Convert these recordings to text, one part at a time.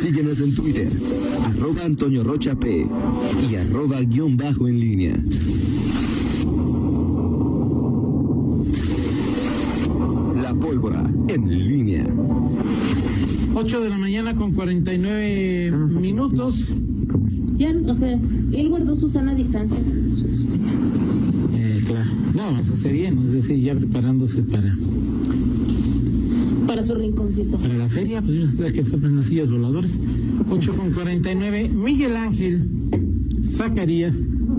Síguenos en Twitter, arroba Antonio Rocha P y arroba guión bajo en línea. La pólvora en línea. 8 de la mañana con 49 minutos. Ya, o sea, él guardó su sana distancia. Eh, claro. No, se hace bien, es decir, ya preparándose para, Para su rinconcito. para la feria, pues yo sé que soplan las sillas voladores. 8 con 49, Miguel Ángel, Zacarías,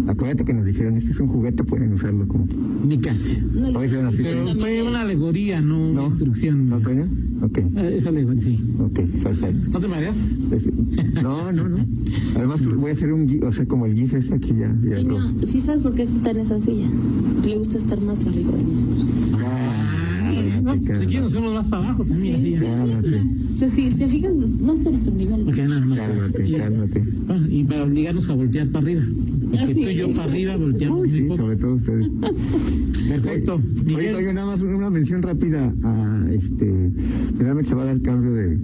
Acuérdate que nos dijeron, este es un juguete, pueden usarlo como... Nicasio. No le- Oigan, así- Pero Miguel. fue una alegoría, no una instrucción. ¿No, Toño? Ok, Eh, es alegoría, sí. ok, perfecto. ¿No te mareas? Es- No, no, no. Además voy a hacer un gui- o sea, como el GIF ese aquí ya. ya Tenía- lo- Sí sabes por qué está en esa silla. Le gusta estar más arriba de nosotros. Ah, No, chica. si quieres, nos vemos más para abajo Sí, también. sí, así. sí. ah, O sea, si te fijas, no está a nuestro nivel. Ok, nada más. Cálmate, Y- cálmate. Ah, y para obligarnos a voltear para arriba. Porque Así tú y yo es. para arriba volteamos. Uy, muy sí, poco. sobre todo ustedes. Perfecto. Oye, Oye, Miguel, Toño, nada más una mención rápida a este. Finalmente se va a dar cambio de,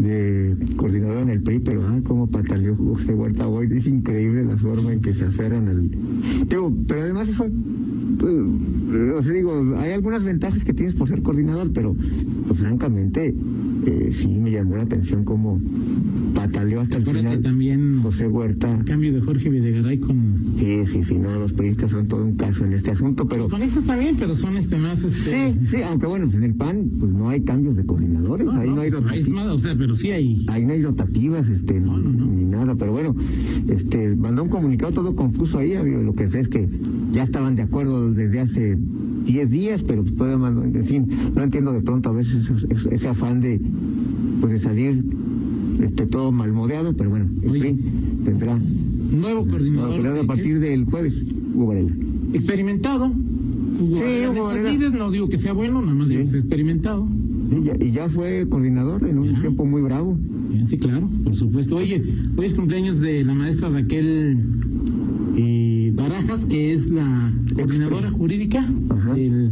de coordinador en el PRI, pero ah, cómo pataleó José Huerta hoy. Es increíble la forma en que se aferran al. Digo, pero además eso. eh, o sea, digo, hay algunas ventajas que tienes por ser coordinador, pero pues, francamente eh, sí me llamó la atención cómo pataleó hasta el Acuérdate final también- José Huerta. cambio de Jorge Videgaray con. Sí, sí, sí, no, los periodistas son todo un caso en este asunto, pero Con eso está bien, pero son este más. Este, Sí, sí, aunque bueno, en el PAN pues no hay cambios de coordinadores, ahí no, hay es rotativas, más, o sea, pero sí hay. ahí no hay rotativas, este, ni nada, pero bueno, este, mandó un comunicado todo confuso ahí, amigo, lo que sé es que ya estaban de acuerdo desde hace 10 días, pero pues, todavía mandó- en fin, no entiendo de pronto a veces esos- esos- ese afán de, pues de salir, este, todo malmodeado, pero bueno, en Oye. fin, tendrá, Nuevo no, coordinador. pero a de- partir del jueves, Hugo Varela. Experimentado. Hugo Sí, Varela Hugo Varela. Benavides, no digo que sea bueno, nada más digo que es experimentado. Y ya, y ya fue coordinador en un tiempo muy bravo. Eh, Sí, claro, por supuesto. Oye, hoy es cumpleaños de la maestra Raquel eh, Barajas, que es la coordinadora jurídica Ajá. del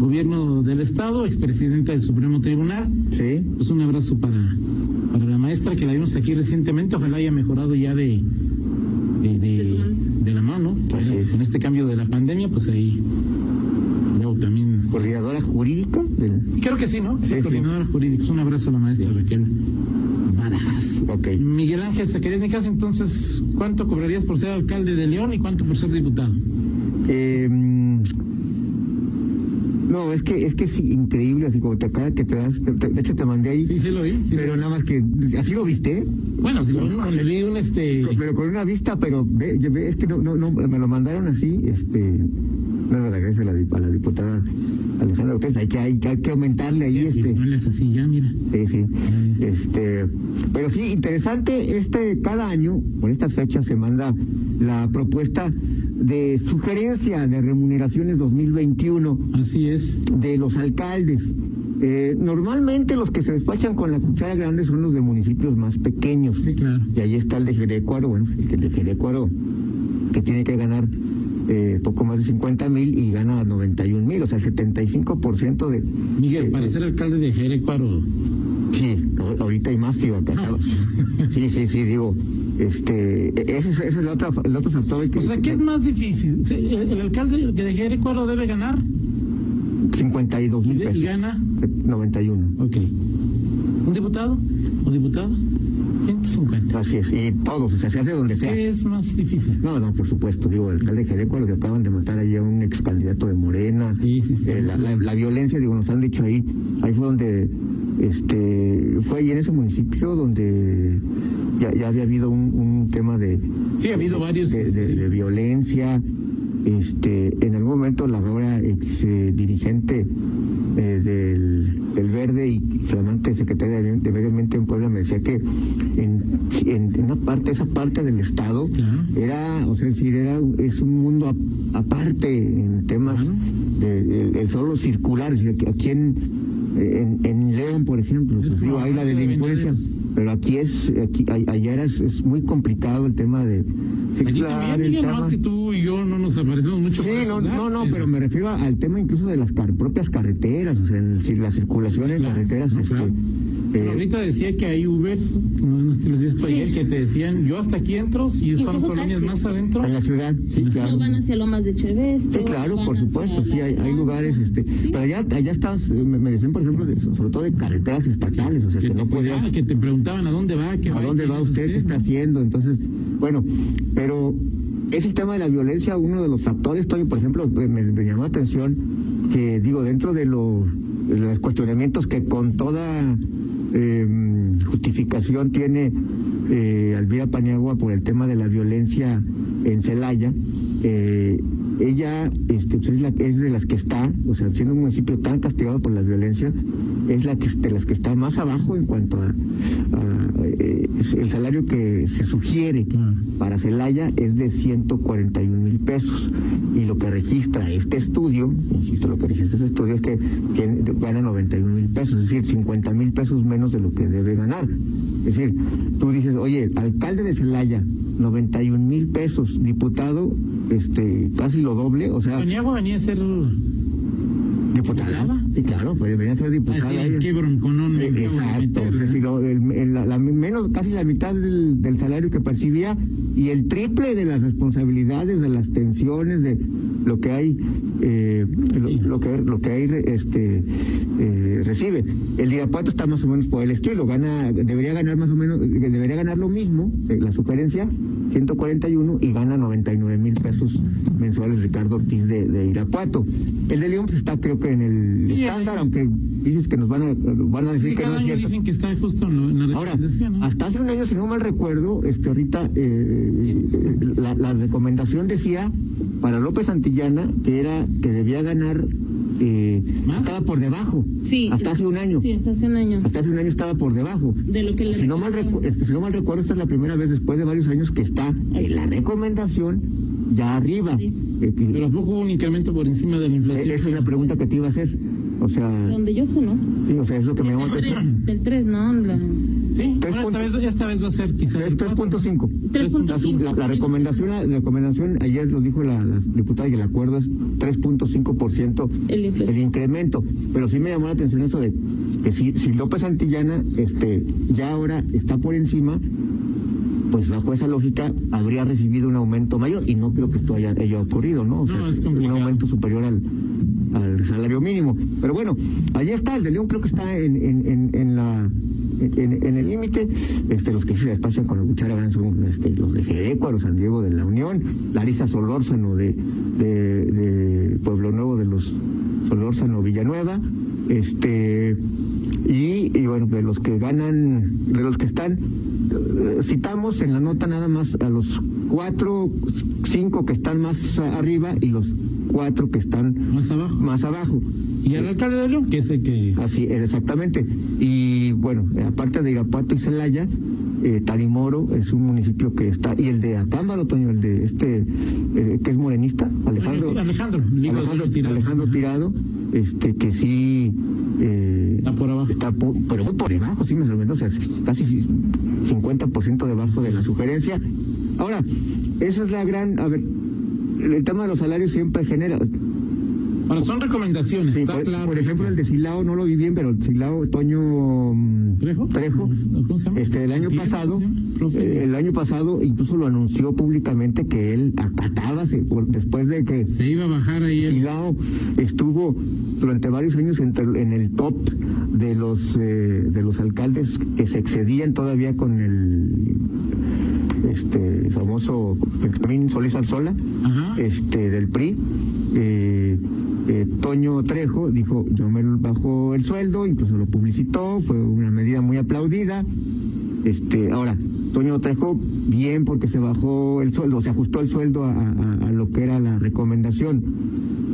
gobierno del Estado, expresidenta del Supremo Tribunal. Sí. Pues un abrazo para, para la maestra que la vimos aquí recientemente. Ojalá haya mejorado ya de, de, de- de la mano. Así es. Con este cambio de la pandemia, pues ahí luego también coordinadora jurídica del... Sí, creo que sí, ¿no? Sí, Sí, sí. coordinadora jurídica. Un abrazo a la maestra Raquel Barajas. Ok. Miguel Ángel Zacarías Nicas, entonces, ¿cuánto cobrarías por ser alcalde de León y cuánto por ser diputado? Eh, mm, no, es que es que es increíble, así como te cada que te das, te- te- de hecho te mandé ahí, Sí, sí lo vi. sí pero nada más que, así lo viste, lo- Bueno, sí lo vi, no, le vi un este... co- pero con una vista, pero ve, yo ve- es que no, no, no, me lo mandaron así, este, nada, le agradezco a la, dip- a la diputada Alejandra Ustedes, hay que, hay, que- hay que aumentarle ahí, Sí, este, no le es así, ya, mira. Sí, sí. Este, pero sí, interesante, este, cada año, por estas fechas, se manda la propuesta de sugerencia de remuneraciones 2021 Así es. de los alcaldes. Eh, normalmente los que se despachan con la cuchara grande son los de municipios más pequeños. Sí, claro. Y ahí está el de Jerecuaro, bueno, el de Jerecuaro, que tiene que ganar eh, poco más de 50 mil y gana 91 mil, o sea, el 75% de... eh, Miguel, de- para de- ser alcalde de Jerecuaro, Sí, ahor- ahorita hay más que acá. Sí, sí, sí, digo, este, e- ese es, ese es la otra, el otro factor que o sea, ¿qué es más difícil? Sí, ¿El, el alcalde de Jerecuaro debe ganar 52 y, mil de- y pesos, gana? 91. Ok. ¿Un diputado o diputada? 150. Así es, y todos, o sea, se hace donde sea. ¿Qué es más difícil? No, no, por supuesto, digo, el alcalde de Jerecuaro que acaban de matar allí a un ex candidato de Morena. Sí, sí, sí. Eh, la, la- la violencia, digo, nos han dicho ahí, ahí fue donde, este, fue ahí en ese municipio donde ya, ya había habido un, un tema de... Sí, ha habido varios, este, De, de- sí. de violencia. Este, en algún momento la ahora ex eh, dirigente eh, del, del Verde y flamante secretaria de, de Medio Ambiente en Puebla me decía que en, en una parte, esa parte del Estado Claro. era, o sea, es decir, era, es un mundo a- aparte en temas de, el- el solo circular, es decir, aquí en, en, en León, por ejemplo, Es pues, como digo, hay la Armando de delincuencia, Venaderos. pero aquí es, aquí, a- allá era- es, es muy complicado el tema de Aquí circular, también, el Miguel, tema- más que tú y yo no nos aparecemos mucho. este, Sí, por la no, ciudad, no, no, pero me refiero al tema incluso de las car- propias carreteras, o sea, en el cir- la circulación Sí, en claro, carreteras. no, este, claro. Pero ahorita decía que hay Ubers, no te los días para Sí. ayer, que te decían, yo hasta aquí entro, si son Incluso colonias taxis. más adentro. a la ciudad, sí, claro. No van hacia Lomas de Chevesto. Sí, claro, van por hacia supuesto, sí, la- hay, hay lugares, este, Sí. pero allá, allá estás, eh, me, me decían, por ejemplo, de- sobre todo de carreteras estatales, o sea, que te no podías, cuidaban, que te preguntaban a dónde va, que ¿a dónde va usted, qué está haciendo? Entonces, bueno, pero ese tema de la violencia, uno de los factores, Toño, por ejemplo, pues, me, me llamó la atención que, digo, dentro de, lo- de los cuestionamientos que con toda eh, justificación tiene eh, Alvira Paniagua por el tema de la violencia en Celaya, eh, ella este, pues, es, la, es de las que está, o sea, siendo un municipio tan castigado por la violencia, es la que, de las que está más abajo en cuanto a, a, eh, es- el salario que se sugiere Ah. para Celaya es de 141 mil pesos. Y lo que registra este estudio, insisto, lo que registra este estudio es que, que gana 91 mil pesos, es decir, 50 mil pesos menos de lo que debe ganar. Es decir, tú dices, oye, alcalde de Celaya, 91 mil pesos, diputado, este, casi lo doble, o sea, Paniagua venía a ser. diputada. Sí, claro, pues debería ser diputada. Así, ella. qué bronconón. me acabo de Eh, Exacto, meter, o sea, ¿verdad? si lo- el- el- la, la- menos casi la mitad del, del salario que percibía y el triple de las responsabilidades, de las tensiones, de lo que hay, eh, lo, lo que lo que hay, este, eh, recibe. El Irapuato está más o menos por el estilo, gana, debería ganar más o menos, eh, debería ganar lo mismo, eh, la sugerencia 141 y gana 99 mil pesos mensuales Ricardo Ortiz de, de Irapuato. El de León pues, está creo que en el Sí, estándar, aunque dices que nos van a, van a Sí, decir que cada no es año cierto. dicen que está justo en la Ahora, recomendación, ¿no? hasta hace un año, si no mal recuerdo, este, Rita, eh, eh, la, la recomendación decía para López Santillana que era que debía ganar, eh, ¿Más? estaba por debajo. Sí. Hasta hace un año. Sí, hasta hace un año. Hasta hace un año estaba por debajo. De lo que le Si no, mal recu- este, si no mal recuerdo, esta es la primera vez después de varios años que está en la recomendación ya arriba. Sí. Eh, que- Pero ¿a poco hubo un incremento por encima de la eh, inflación? esa es la pregunta que te iba a hacer. O sea, Donde yo sé, ¿no? sí, o sea, es lo que me llamó la atención. Del 3, ¿no? La- Sí, Tres bueno, esta, punto- vez, esta vez va a ser quizás. Es 3.5. La, 3.5. la- la recomendación, la recomendación ayer lo dijo la, la diputada y el acuerdo es 3.5% El el, impuesto. incremento. Pero sí me llamó la atención eso de que si, si López Antillana este, ya ahora está por encima, pues bajo esa lógica habría recibido un aumento mayor. Y no creo que esto haya, haya ocurrido, ¿no? O No, es un complicado. aumento superior al, al salario mínimo. Pero bueno, allí está, el de León creo que está en, en, en, en la... En, en el límite, este, los que se despachan con la cuchara van son este, los de Jerecuaro, San Diego de la Unión, Larisa Solórzano de, de, de Pueblo Nuevo de los Solórzano Villanueva, este y, y bueno, de los que ganan, de los que están, eh, citamos en la nota nada más a los cuatro, cinco que están más arriba y los cuatro que están Más abajo. más abajo. Y al alcalde de León, que es el que. Así es, exactamente. Y bueno, eh, aparte de Irapuato y Celaya, eh, Tarimoro es un municipio que está, y el de Acámbaro, Toño, el de este, eh, que es morenista, Alejandro. Alejandro, Ligo Alejandro, Tirado. Alejandro Tirado, este, que sí. eh, Está por abajo. está po- pero muy por debajo, sí me sorprendió, o sea, casi 50% debajo de la sugerencia. Ahora, esa es la gran, a ver, el tema de los salarios siempre genera, Ahora, son recomendaciones, Sí, está por, claro. por ejemplo, el de Silao no lo vi bien, pero el Silao Toño mm, ¿Trejo? ¿Cómo se llama? este, el año ¿Tiene? pasado, ¿Sí? Profe. eh, el año pasado incluso lo anunció públicamente que él acataba se- por- después de que Se iba a bajar ahí. el- Silao estuvo durante varios años entre- en el top de los eh, de los alcaldes que se excedían todavía con el este famoso Benjamín Solís Alzola, Ajá. este del PRI. eh, eh, Toño Trejo dijo, yo me bajo el sueldo, incluso lo publicitó, fue una medida muy aplaudida. Este, ahora, Toño Trejo, bien porque se bajó el sueldo, se ajustó el sueldo a, a- a lo que era la recomendación.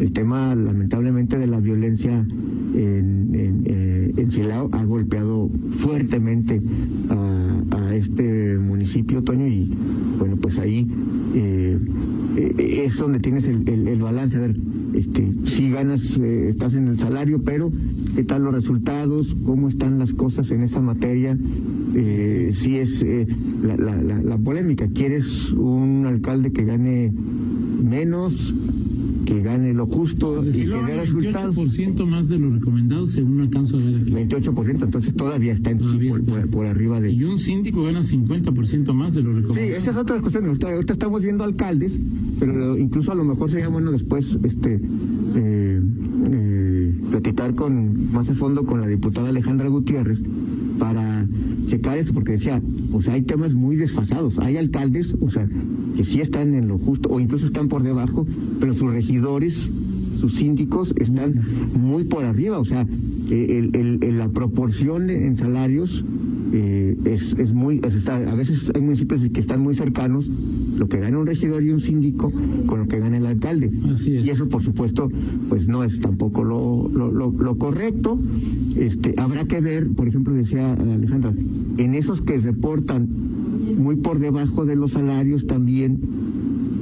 El tema, lamentablemente, de la violencia en, en, eh, en Silao ha golpeado fuertemente a, a este municipio, Toño, y bueno, pues ahí eh, eh, es donde tienes el, el- el balance. A ver, este, si ganas, eh, estás en el salario, pero ¿qué tal los resultados? ¿Cómo están las cosas en esa materia? Eh, si es eh, la, la- la- la polémica, ¿quieres un alcalde que gane menos? que gane lo justo Pues, y que dé resultados. 28% más de lo recomendado según alcanzo a ver aquí. 28%, entonces todavía está, en, Todavía por, está. por- por arriba de... Y un síndico gana 50% más de lo Sí, recomendado. esa es otra cuestión. Ahorita, ahorita estamos viendo alcaldes, pero incluso a lo mejor sería bueno después este eh, eh, platicar con más a fondo con la diputada Alejandra Gutiérrez para checar eso, porque decía, o sea, hay temas muy desfasados. Hay alcaldes, o sea, que sí están en lo justo o incluso están por debajo, pero sus regidores sus síndicos están muy por arriba, o sea, eh, el- el- el- la proporción en salarios eh, es, es muy, es- está- a veces hay municipios que están muy cercanos, lo que gana un regidor y un síndico con lo que gana el alcalde. Así es. Y eso, por supuesto, pues no es tampoco lo, lo, lo- lo correcto. Este, habrá que ver, por ejemplo, decía Alejandra, en esos que reportan muy por debajo de los salarios también,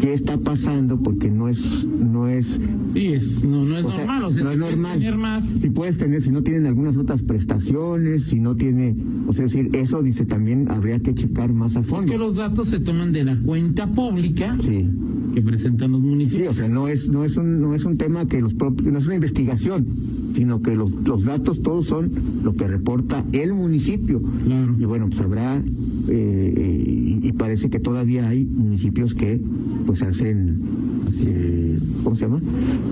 ¿qué está pasando? Porque no es, no es Sí, es, no, no es o sea, normal. O sea, no si es quieres normal. tener más. Si puedes tener, si no tienen algunas otras prestaciones, si no tiene, o sea, es decir, eso dice también habría que checar más a Porque fondo. los datos se toman de la cuenta pública Sí. que presentan los municipios. Sí, o sea, no es, no es un, no es un tema que los propios, no es una investigación, sino que los, los datos todos son lo que reporta el municipio. Claro. Y bueno, pues habrá, eh, eh, y, y parece que todavía hay municipios que pues hacen, eh, ¿cómo se llama?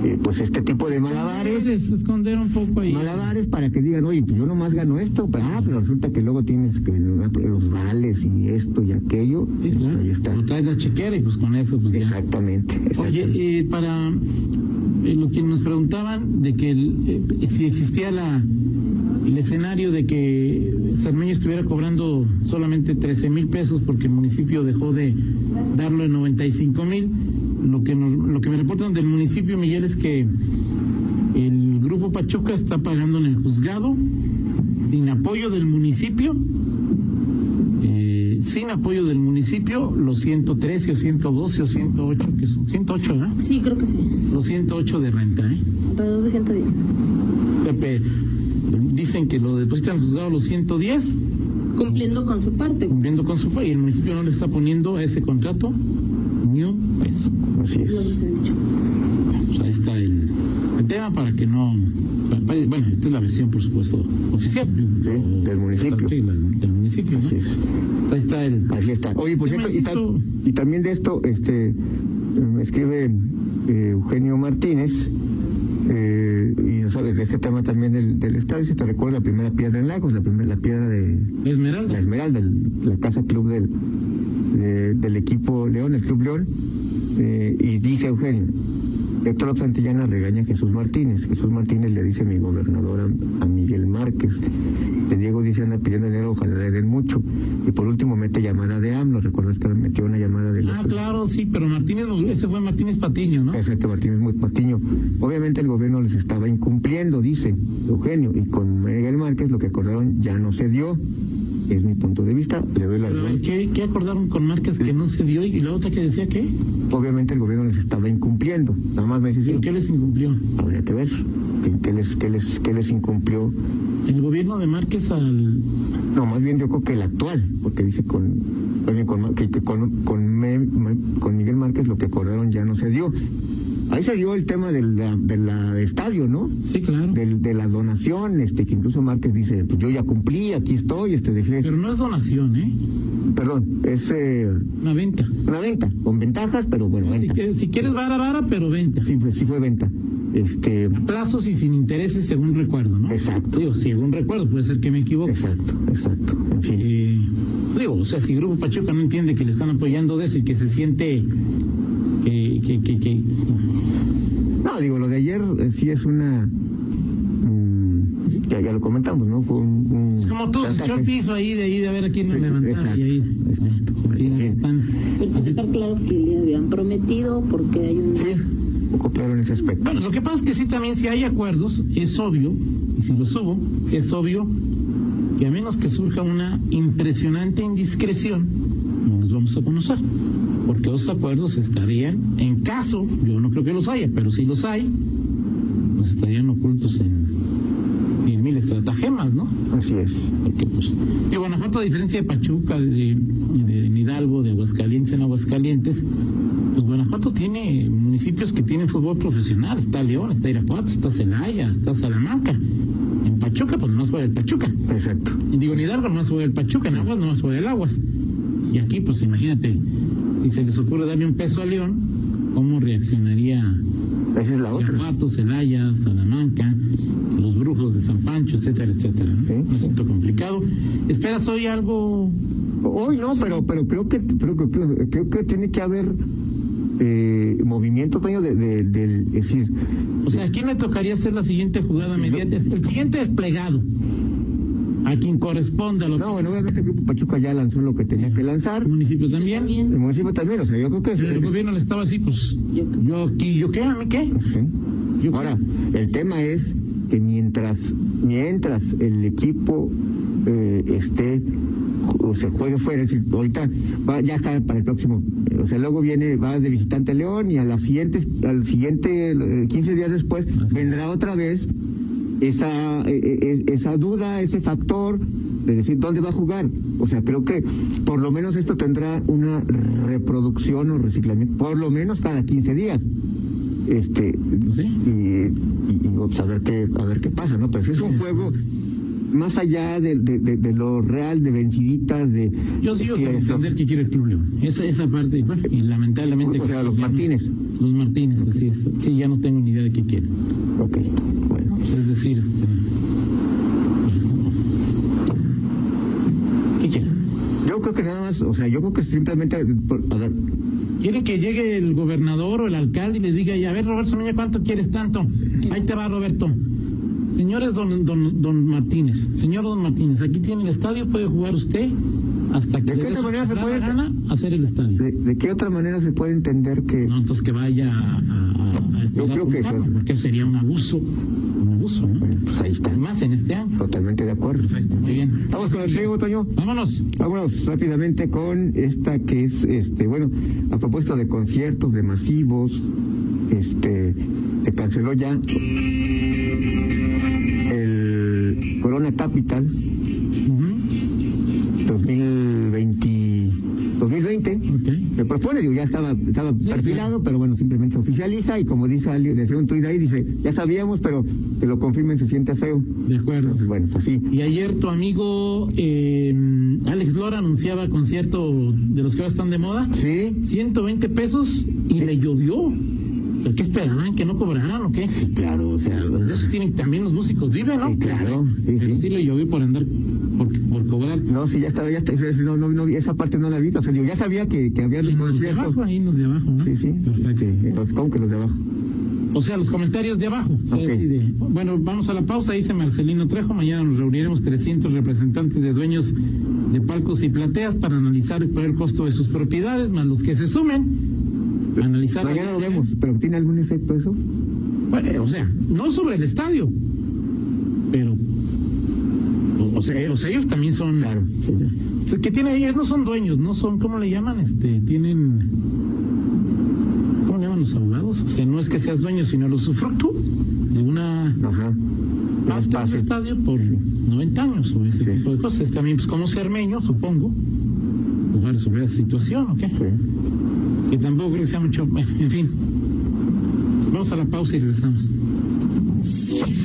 Eh, pues este tipo de malabares. Puedes esconder un poco ahí. malabares para que digan, oye, pues yo nomás gano esto, pero, ah, pero resulta que luego tienes que los vales y esto y aquello. Sí, claro. Ahí está. O traes la chequera y pues con eso. Pues, ya. Exactamente. exactamente. Oye, eh, para eh, lo que nos preguntaban de que el, eh, si existía la el escenario de que Cermeño estuviera cobrando solamente 13 mil pesos porque el municipio dejó de darlo en 95 mil, lo que nos- lo que me reportan del municipio Miguel es que el grupo Pachuca está pagando en el juzgado sin apoyo del municipio. eh, sin apoyo del municipio, los 113 o 112 o 108, que son 108, ¿verdad? Sí, creo que sí. Los 108 de renta, ¿eh? Alrededor de 110. O sea, pe- dicen que lo depositan al juzgado los 110, Cumpliendo con su parte. cumpliendo con su fe, y el municipio no le está poniendo a ese contrato ni un peso. Así Lo que es. se había dicho. Pues ahí está el, el tema para que no. para- bueno, esta es la versión, por supuesto, oficial. Sí, del municipio. Sí, la- del municipio, ¿no? Así es. Ahí está el. Así está. Oye, por Yo me cierto, y, insisto- tam- y también de esto, este, me escribe eh, Eugenio Martínez, eh, y nos habla de este tema también del, del estadio, si te recuerdas la primera piedra en Lagos, la primera la piedra de, de Esmeralda. la Esmeralda, el- la casa club del, de- del equipo León, el Club León, eh, y dice Eugenio, Héctor López Santillana regaña a Jesús Martínez. Jesús Martínez le dice mi gobernador a, a Miguel Márquez. De Diego dice anda pidiendo dinero, ojalá le den mucho. Y por último mete llamada de AMLO. ¿Recuerdas que metió una llamada de Ah, López? claro, sí, pero Martínez, ese fue Martínez Patiño, ¿no? Exacto, Martínez muy Patiño. Obviamente el gobierno les estaba incumpliendo, dice Eugenio, y con Miguel Márquez lo que acordaron ya no se dio. Es mi punto de vista, le doy la Pero a ver, razón. ¿qué, qué acordaron con Márquez que no se dio y la otra que decía qué? obviamente el gobierno les estaba incumpliendo. Nada más me dice, sí, ¿Por qué les incumplió? habría que ver en qué les, qué les, qué les incumplió. El gobierno de Márquez al. No, más bien yo creo que el actual, porque dice con, también con, Mar- que- que con, con Me- Me- con Miguel Márquez lo que acordaron ya no se dio. Ahí se dio el tema del la, de la estadio, ¿no? Sí, claro. Del- de la donación, este, que incluso Márquez dice, pues yo ya cumplí, aquí estoy, este, dejé, Pero no es donación, ¿eh? perdón, es eh, Una venta. una venta, con ventajas, pero bueno, Si, venta. que- si quieres, vara, vara, pero venta. Sí, fue- sí fue venta. Este, A plazos y sin intereses, según recuerdo, ¿no? Exacto. Digo, según recuerdo, puede ser que me equivoque. exacto, exacto, en fin. Eh, digo, o sea, si Grupo Pachuca no entiende que le están apoyando de eso y que se siente que, que, que, que- No, digo, lo de ayer eh, sí es una. mm, ya, ya lo comentamos, ¿no? Fue un. un- es como tú, se tanta echó el gente. piso ahí de ahí de a ver a quién lo Exacto, levantaba y ahí. exacto. Bueno, en fin, ahí están. Pero sí está Pues, claro que le habían prometido porque hay un. Sí, un poco claro en ese aspecto. Bueno, lo que pasa es que sí, también si hay acuerdos, es obvio, y si los hubo, es obvio que a menos que surja una impresionante indiscreción, no los vamos a conocer. Porque los acuerdos estarían, en caso, yo no creo que los haya, pero si los hay, pues estarían ocultos en, en mil estratagemas, ¿no? Así es. Porque, pues, de Guanajuato, a diferencia de Pachuca, de, de, de Hidalgo, de Aguascalientes, en Aguascalientes, pues Guanajuato tiene municipios que tienen fútbol profesional. Está León, está Irapuato, está Celaya, está Salamanca. En Pachuca, pues no juega el Pachuca. Exacto. Y digo, en Hidalgo no juega el Pachuca, en Aguas no juega el Aguas. Y aquí, pues imagínate, si se les ocurre darle un peso a León, ¿cómo reaccionaría Esa es la otra. Guanajuato, Celaya, Salamanca, los brujos de San Pancho, etcétera, etcétera. ¿no? Sí, Un asunto complicado. ¿Esperas hoy algo? Hoy no, pero pero creo que creo que, creo- creo que tiene que haber eh, movimiento, Toño, de, de- del- es decir, O sea, ¿a quién le tocaría hacer la siguiente jugada mediante el siguiente desplegado? A quien corresponda, a los no, bueno, obviamente el Grupo Pachuca ya lanzó lo que tenía que lanzar, municipios pues, también. Bien. el municipio también, o sea, yo creo que es, Si el gobierno le estaba así, pues yo aquí, yo qué, a mí qué. Sí. Yo- Ahora, el tema es que mientras, mientras el equipo eh, esté o se juegue fuera, es decir, ahorita va, ya está para el próximo, eh, o sea, luego viene, va de visitante León y a la siguiente, al siguiente, eh, 15 días después, vendrá otra vez esa, eh, eh, esa duda, ese factor de decir dónde va a jugar. O sea, creo que por lo menos esto tendrá una reproducción o reciclamiento, por lo menos cada 15 días. Este, Sí. y, y- y, pues, a ver qué a ver qué pasa no pero si es un juego más allá de, de- de- de lo real de venciditas de Yo sigo es que- sin entender qué quiere el Club León. Esa, esa parte, y bueno, y lamentablemente. Pues, O sea, los Martínez. Los Martínez, así es. Sí, ya no tengo ni idea de qué quieren. Ok, bueno Es decir, este. ¿Qué quieren? yo creo que nada más o sea yo creo que simplemente por- a ver ¿Quieren que llegue el gobernador o el alcalde y le diga, y a ver, Roberto Miña, ¿cuánto quieres tanto? Ahí te va, Roberto. Señores don, don, don Martínez, señor don Martínez, aquí tiene el estadio, puede jugar usted hasta que ¿De le qué dé otra su manera se chingada puede- gana hacer el estadio. de, de qué otra manera se puede entender que No, entonces que vaya a, a- a Yo creo que un cargo, eso- porque sería un abuso, un abuso, ¿no? bueno, pues ahí está Más en este año. totalmente de acuerdo Perfecto, muy bien. vamos con el trigo Toño Vámonos. Vámonos rápidamente con esta que es, este, bueno, a propósito de conciertos, de masivos, este, se canceló ya el Corona Capital Ujú, 2020, 2020. ok. Se propone, digo, ya estaba, estaba perfilado, pero bueno, simplemente oficializa y como dice alguien, decía un tuit ahí, dice, ya sabíamos, pero que lo confirmen se siente feo. De acuerdo. Entonces, bueno, pues sí, Y ayer tu amigo eh, Alex Lora anunciaba concierto de los que ahora están de moda. sí, 120 pesos y le llovió. O sea, ¿Qué esperaban? ¿Que no cobraran o qué? sí, claro, o sea, De eso tienen también los músicos, viven, ¿no? sí, claro, sí, Pero sí. sí le llovió por andar, por, por cobrar. No, sí, ya estaba, ya estaba, no, no, no, esa parte no la vi, o sea, digo, ya sabía que, que había Y el los de concierto. abajo, ahí los de abajo, ¿no? Sí, sí, Perfecto. este, los, ¿cómo que los de abajo? O sea, los comentarios de abajo. o sea, Ok. así de- bueno, vamos a la pausa, dice Marcelino Trejo. Mañana nos reuniremos 300 representantes de dueños de palcos y plateas para analizar el primer costo de sus propiedades, más los que se sumen. Analizar. Mañana lo vemos, pero ¿tiene algún efecto eso? Mm. Bueno, o sea, no sobre el estadio, pero. O, o sea, o sea, ellos también son. Claro, sí, ya. O sea, ¿Qué tiene ellos? No son dueños, no son, ¿cómo le llaman? Este, tienen. ¿Cómo le llaman los abogados? O sea, no es que seas dueño, sino el usufructo de una Ah, Ajá. Un parte del espacio. estadio por 90 años o ese Sí. tipo de cosas. También, pues como cermeño, supongo, pues, va a resolver la situación, ¿o qué? Sí. Que tampoco creo que sea mucho. En fin. Vamos a la pausa y regresamos.